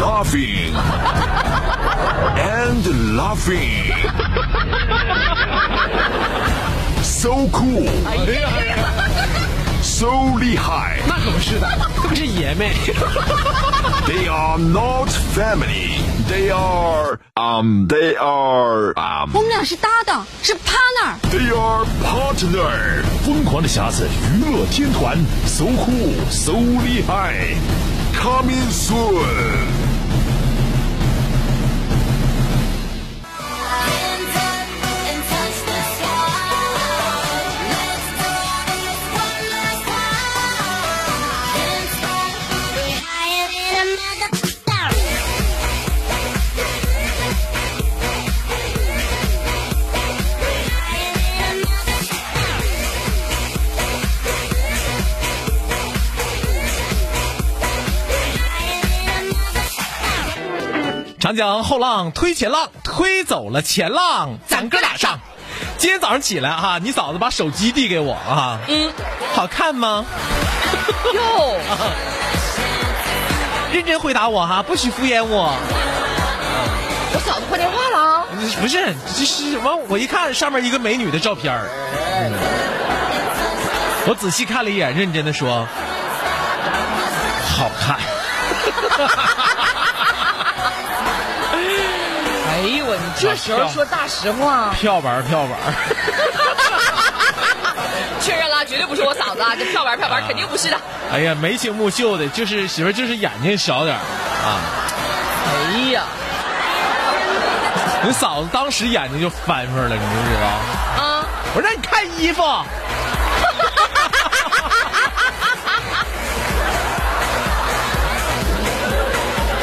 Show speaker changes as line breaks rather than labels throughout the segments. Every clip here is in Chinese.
laughing, and laughing. So cool, so 厉害.
那可不是的，他不是爷们。
They are not family. They are um. They are um.
我们俩是搭档，是 partner。
They are partner. 疯狂的匣子娱乐天团，so cool, so 厉害，coming soon.
and touch the sky. Let's go one last time. Let's go be higher than a mother star. Higher than a mother star. Higher than a mother star.
长江后浪推前浪，推走了前浪，咱哥俩上。今天早上起来哈、你嫂子把手机递给我啊，嗯，好看吗？哟， 认真回答我哈、不许敷衍我。
我嫂子换电话了啊！
不是，这是什么？我一看上面一个美女的照片儿、我仔细看了一眼，认真的说，好看。
哎呦我，你这时候说大实话，啊
票玩儿票玩儿，
确认了，绝对不是我嫂子啊！这票玩票玩肯定不是的。
哎呀，眉清目秀的，就是媳妇儿，就是眼睛小点儿啊。
哎呀，
你嫂子当时眼睛就翻翻了，你知不知道？
啊，
我让你看衣 服，哎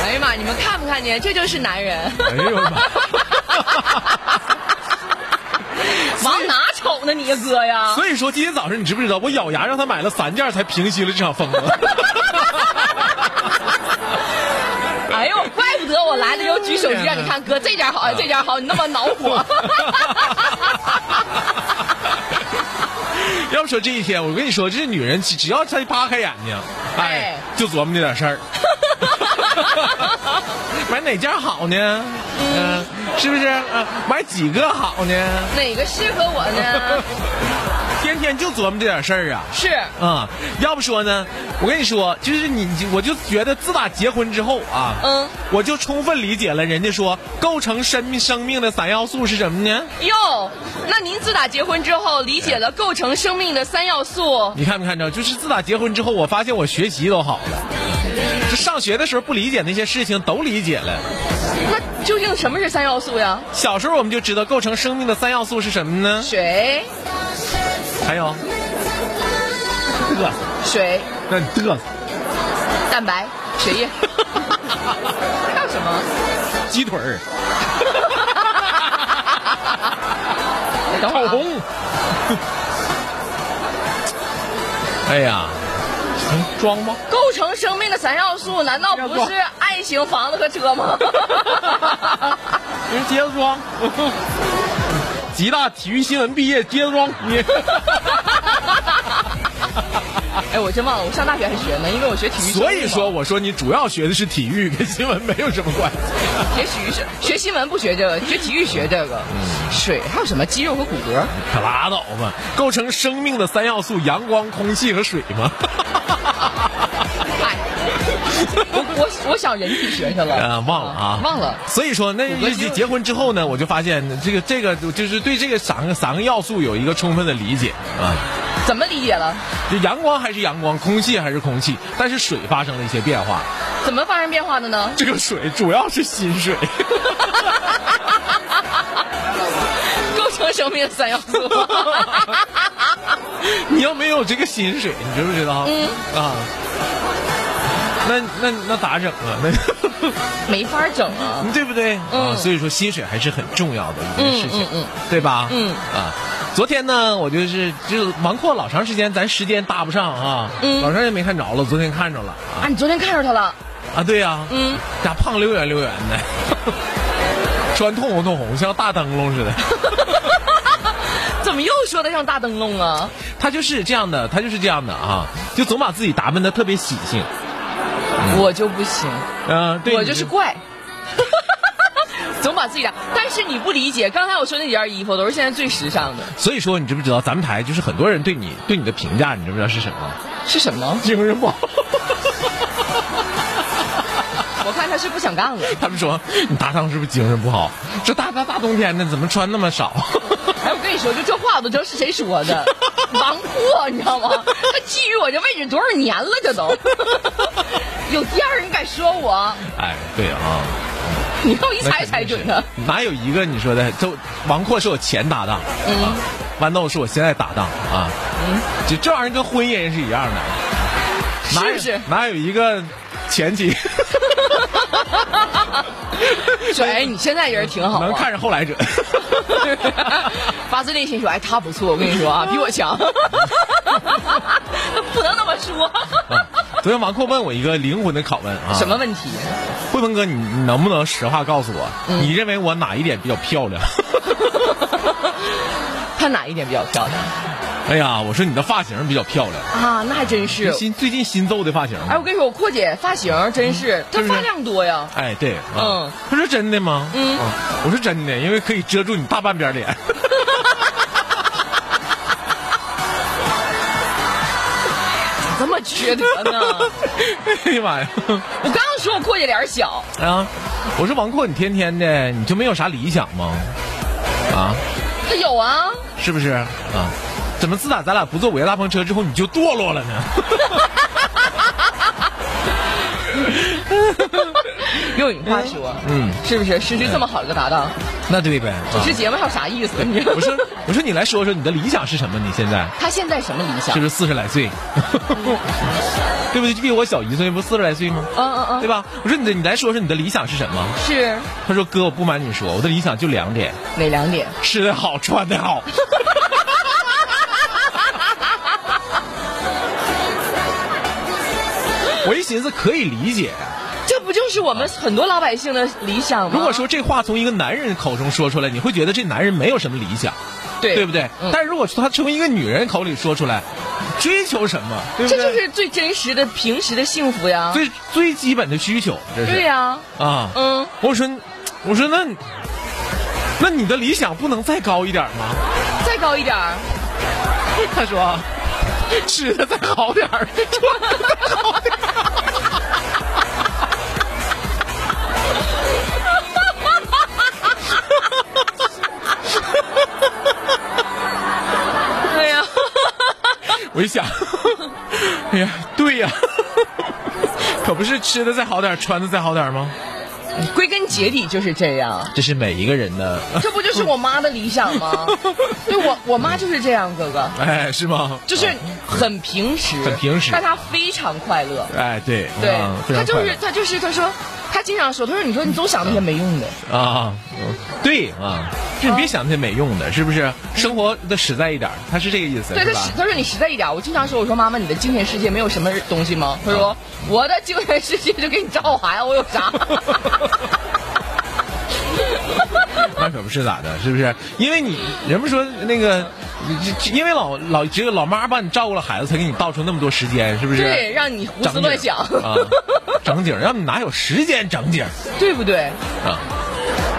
哎呀妈，你们看不看见？这就是男 人，
哎呦我妈！
往哪瞅呢你呀啊哥 呀？
所以说今天早上你知不知道，我咬牙让他买了三件儿才平息了这场风 波。
哎呦，怪不得我来的时候举手机让你看， 哥这件好，哎这件好，你那么恼火。
要不说这一天，我跟你说，这女人只只要她一扒开眼睛，哎
哎，
就琢磨这点事儿。 买哪件好呢？嗯、是不是？啊、买几个好呢？
哪个适合我呢？
天天就琢磨这点事儿啊。
是，
啊、要不说呢，我跟你说，就是你，我就觉得自打结婚之后啊，
嗯，
我就充分理解了人家说构成生生命的三要素是什么呢？
哟，那您自打结婚之后，理解了构成生命的三要素，
你看没看着？就是自打结婚之后，我发现我学习都好了。就上学的时候不理解那些事情，都理解了。
那究竟什么是三要素呀？
小时候我们就知道构成生命的三要素是什么呢？
水、
还有，嘚，
水、
那你嘚，
蛋白、血 液。还有什么？
鸡腿儿，
哎等
口
会儿啊
红。哎呀，嗯装吗？
构成生命的三要
啊
素，难道不是爱情、房子和车吗？
你是接着装， 吉大体育新闻毕业，接着装你。
哎，我真忘了，我上大学还学呢，因为我学体育生物嘛。
所以说，我说你主要学的是体育，跟新闻没有什么关系。
学体育学学新闻不学这个，学体育学这个。
嗯
水还有什么肌肉和骨骼？
可拉倒吧！构成生命的三要素：阳光、空气和水吗？
嗨，我我我想人体学去了。
呃，忘了啊，
忘了。
所以说，那
我
结
就
结婚之后呢，我就发现这个这个就是对这个三个三个要素有一个充分的理解啊。
怎么理解了？
就阳光还是阳光，空气还是空气，但是水发生了一些变化。
怎么发生变化的呢？
这个水主要是薪水。
构成生命的三 要素。
你要没有这个薪水，你知不知道？嗯啊，那那那咋整啊？ 那
没法整啊。嗯
对不对？啊，所以说薪水还是很重要的一件事情，对吧？嗯啊，昨天呢，我就是就是忙阔老长时间，咱时间搭不上啊，
嗯
老长时间没看着了，昨天看着了啊
啊，你昨天看着他了，
啊，对呀、
嗯，
咋胖溜圆溜圆的， 穿通红通红，像大灯笼似的。
怎么又说得上大灯笼啊？
他就是这样的，他就是这样的啊，就总把自己打扮的特别喜庆。
我就不行，
嗯、对，
我就是怪， 总把自己打。但是你不理解，刚才我说那几件衣服都是现在最时尚的，
所以说，你知不知道咱们台就是很多人对你对你的评价，你知不知道是什么？
是什么？
精神不好。
我看他是不想干了。
他们说你搭档是不是精神不好？这大大大冬天的怎么穿那么少？
哎，我跟你说，就这话我都知道是谁说 的，王阔，你知道吗？他觊觎我这位置多少年了，这 都。有第二人敢说我，
哎，对啊，
你要一
那
猜猜
肯定
准
是
了。。
哪有一个你说的？就王阔是我前搭档，
嗯，
豌豆是我现在搭档啊。就这玩意儿跟婚姻是一样的，哪
是
有
不是？
哪有一个前期
说哎，你现在人挺好啊，
能看上后来者？
发自内心说，哎，他不错，我跟你说啊，比我 强。不能那么说。
啊昨天王阔问我一个灵魂的拷问啊，
什么问题？
慧峰哥，你你能不能实话告诉我，你认为我哪一点比较漂 亮？
她哪一点比较漂亮
哎呀，我说你的发型比较漂亮，
啊？那还真是。
新最近新揍的发型。
哎，我跟你说，我阔姐发型真是，她
是不是
发量多呀。
哎，对，
嗯，
他说真的吗？啊
嗯
我说真的，因为可以遮住你大半边 脸。
这么缺德 呢？
哎呀妈呀！
我刚说我阔姐脸小，
啊，我说王阔，你天天的，你就没有啥理想吗？啊，
她有啊，
是不是啊？怎么自打咱俩不坐午夜大篷车之后，你就堕落了呢？
用你话说，
嗯，
是不是失去这么好的一个搭档，
那对呗。啊
主持节目还有啥意思？你
我说，我说你来说说你的理想是什么？你现在
她现在什么理想
是不？是四十来岁？ 对不对？就比我小一岁，不四十来岁吗？
嗯嗯嗯
对吧？我说你的，你来说说你的理想是什么？
是
他说：“哥，我不瞒你说，我的理想就两点：
哪两点？
吃得好，穿得好。 我一寻思可以理解，
这不就是我们很多老百姓的理想吗？
如果说这话从一个男人口中说出来，你会觉得这男人没有什么理想，
对
不对？
嗯
但是如果他从一个女人口里说出来，追求什么？对不
这
对？
就是最真实的、平时的幸福呀。
最最基本的需求，这是
对呀、
啊
嗯，
我说，我说那你，那你的理想不能再高一点吗？
再高一点儿，
他说，吃的再好点儿， 穿的再好点儿。
哎呀，
我一想， 哎呀，对呀， 可不是吃的再好点儿，穿的再好点儿吗？
归根结底就是这样。
这是每一个人的，
这不就是我妈的理想吗？对我，我妈就是这样，哥哥，
哎，是吗？
就是很平时，
很平时
但她非常快乐。
哎，对，
对，
嗯非
她
常
就
快
是
乐
她就是她说，她经常说，她说你说你总想那些没用的，
啊，嗯对啊，就你别想那些没用的，是不是？生活的实在一点儿，他是这个意思，
对
是
她
吧
实？她说你实在一点，我经常说我说妈妈你的精神世界没有什么东西吗？她
啊
说我的精神世界就给你照孩子，我有啥？
那可不是咋的，是不是？因为你人们说那个，你因为老老只有老妈把你照顾了孩子，才给你倒出那么多时间，是不是？
对，让你胡
整
思
景
乱想，
啊，整景，让你哪有时间整景
对不对？
啊？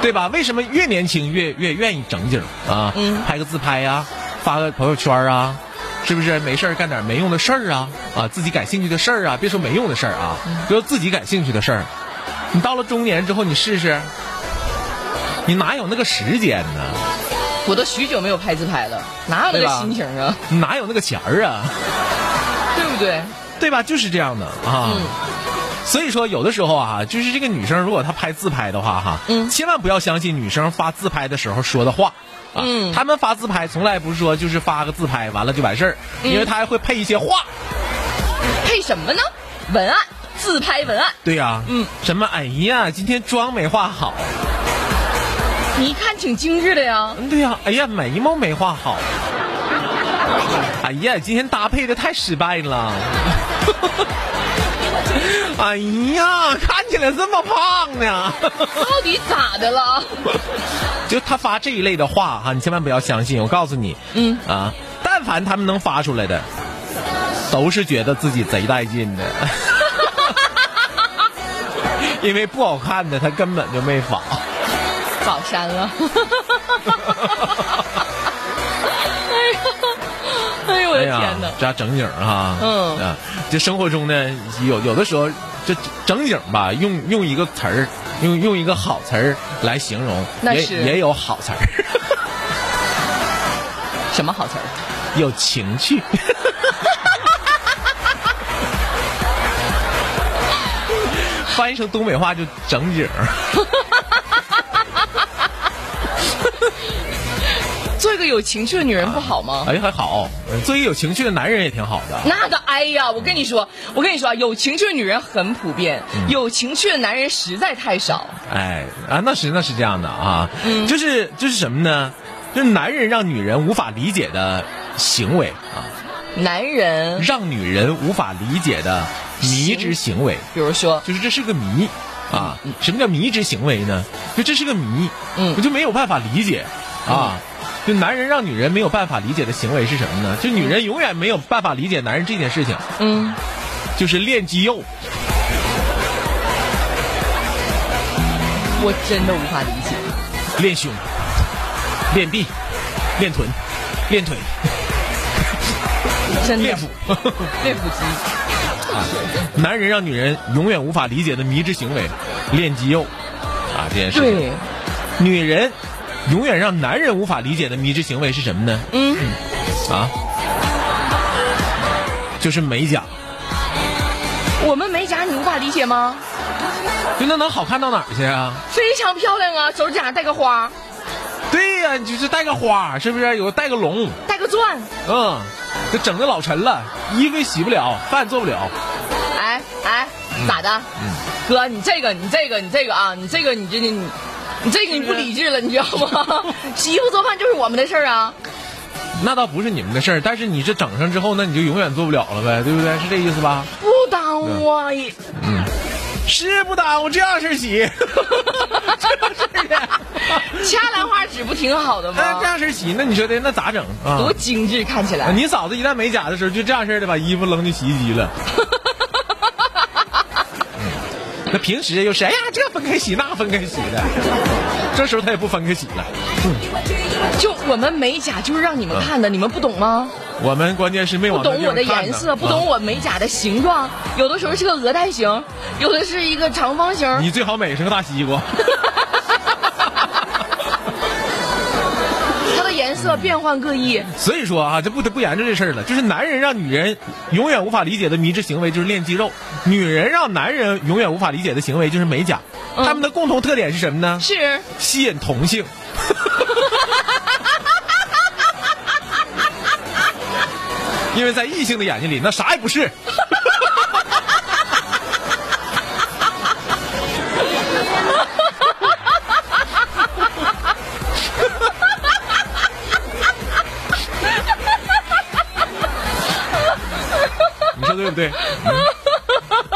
对吧？为什么越年轻越越愿意整景啊？
嗯
拍个自拍呀、发个朋友圈啊，是不是？没事儿干点没用的事儿啊，啊，自己感兴趣的事儿啊，别说没用的事儿啊，就说自己感兴趣的事儿。你到了中年之后，你试试，你哪有那个时间呢？
我都许久没有拍自拍了，哪有那
对
个
吧
心情啊？
你哪有那个钱儿啊？
对不对？
对吧？就是这样的啊。
嗯
所以说，有的时候啊，就是这个女生如果她拍自拍的话，哈，
嗯
千万不要相信女生发自拍的时候说的话。啊、
嗯
他们发自拍从来不是说就是发个自拍完了就完事儿，
嗯
因为她还会配一些话。
配什么呢？文案，自拍文案。
对呀、
嗯，
什么哎呀，今天妆没化好，
你一看挺精致的呀，
嗯，对呀、哎呀，眉毛没画好。哎呀，今天搭配的太失败了。 哎呀，看起来这么胖呢。
到底咋的了？
就他发这一类的话哈，你千万不要相信。我告诉你，
嗯
啊，但凡他们能发出来的，都是觉得自己贼带 劲的。因为不好看的，他根本就没发。
早删了。 哎呀，哎呦我的
哎呀
天哪！，
这整景儿哈，
嗯
啊，这生活中呢，有有的时候这整景吧，用用一个词儿，用用一个好词儿来形容，
那
也
是
也有好词儿，
什么好词儿？
有情趣。 翻译成东北话就整景儿，
做一个有情趣的女人不好吗？
哎，还好，做一个有情趣的男人也挺好的。
那个，哎呀，我跟你说，我跟你说啊，有情趣的女人很普遍，
嗯
有情趣的男人实在太少。
哎啊，那是那是这样的啊，就是就是什么呢？就是男人让女人无法理解的行为啊。
男人，
让女人无法理解的迷之行为，
比如说，
就是这是个谜啊！什么叫迷之行为呢？就这是个谜，
嗯
我就没有办法理解啊。就男人让女人没有办法理解的行为是什么呢？就女人永远没有办法理解男人这件事情，
嗯，
就是练肌肉。
我真的无法理解。
练胸、练臂、练臀、练腿、
真的
练腹。
练腹肌，
男人让女人永远无法理解的迷之行为，练肌肉啊，这件事情。
对，
女人永远让男人无法理解的迷之行为是什么呢？
嗯
啊，就是美甲，
我们美甲你无法理解吗？
就那能好看到哪儿去啊？
非常漂亮啊，手指甲上带个花，
对呀、你就是带个花，是不是？有带个龙，
带个钻，
嗯，就整的老沉了，衣服也洗不了，饭做不了，
哎哎，咋的？哥，你这个，你这个，你这个啊，你这个，你这你你你这个你不理智了，你知道 吗？洗衣服做饭就是我们的事儿啊。
那倒不是你们的事儿，但是你这整上之后，那你就永远做不了了呗，对不对？是这意思吧？
不耽误啊， 也
是不耽误这样式 洗，
啊掐兰花指不挺好的
那
吗
这？样式洗，那你觉得那咋整啊？
多精致，看起
啊
来。
你嫂子一旦美甲的时候就这样式儿的，把衣服扔进洗衣机 了。嗯那平时又是哎呀，这分开洗那分开洗的，这时候他也不分开洗了。
就我们美甲就是让你们看的，你们不懂吗？
我们关键是没
不
往
懂
那
我的
地方看
颜
呢啊
色，不懂、我美甲的形状，有的时候是个鹅蛋形，有的是一个长方
啊
形。
你最好美是个大西瓜，
它的颜色变幻各异，
所以说啊，这不得不研究这事儿了。就是男人让女人永远无法理解的迷之行为就是练肌肉，女人让男人永远无法理解的行为就是美甲。
嗯
他们的共同特点是什么呢？
是
吸引同性。 因为在异性的眼睛里，那啥也不是。 你说对不对？嗯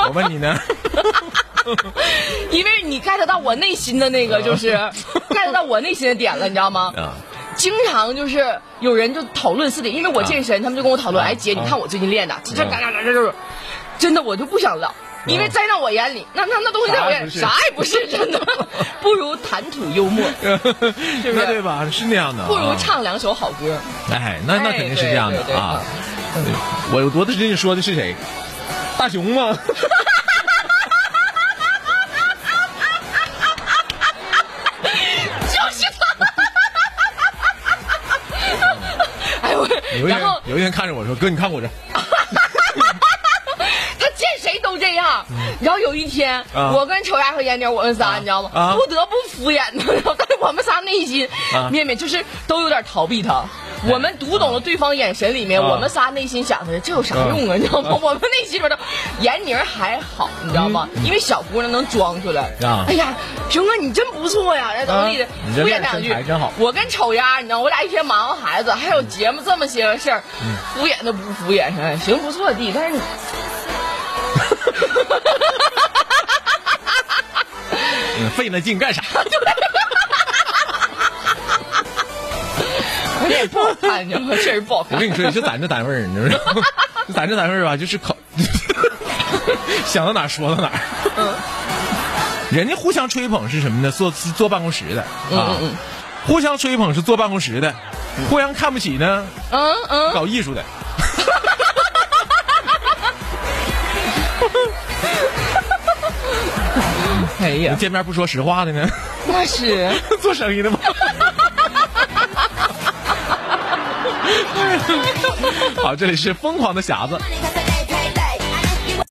我问你呢，
因为你 get 到我内心的那个，就是 get 到我内心的点了，你知道吗？
啊，
经常就是有人就讨论似的，因为
啊
我健身，他们就跟我讨论，哎姐，你看我最近练的，这这嘎嘎嘎这这，真的我就不想唠，因为在那我眼里，那那那东西在我眼里啥
啊啥
也不是，真的， 不如谈吐幽默， 是
那对吧？是那样的啊，
不如唱两首好歌。
哎，那那
哎
肯定是这样的
对对
啊！我我昨天跟你说的是谁？大熊吗？
就是他。 哎我
有，一天
然后
有一天看着我说：“哥，你看我这。
他见谁都这样。然后有一天，
嗯啊
我跟丑丫和烟妞，我们仨，你知道吗？
啊
不得不敷衍他，但是我们仨内心
啊，哎
面面就是都有点逃避他。我们读懂了对方眼神里面，
啊
我们仨内心想的这有啥用啊？你知道吗？我们内心里边的闫妮儿还好，你知道吗？因为小姑娘能装出来
嗯啊。
哎呀，熊哥你真不错呀，哎怎么地的
啊你这
敷衍
练
两
身
句
材真好。嗯
我跟丑丫，你知道，我俩一天忙活孩子，还有节目这么些个事儿，敷衍都不敷衍，哎行不错弟，但是你。
嗯费那劲干啥？
而且也不好看，你知道吗？确实不好
我
看。
跟你说，就咱这单位儿，你知 道吗？就咱这单位儿吧，就是考， 想到哪儿说到哪儿。
嗯
人家互相吹捧是什么呢？坐是坐办公室的
嗯
啊，互相吹捧是坐办公室的，互相看不起呢，
嗯嗯，
搞艺术的。
哎呀，
见面不说实话的呢，
那是
做生意的吗？好，这里是疯狂的匣子。
Monica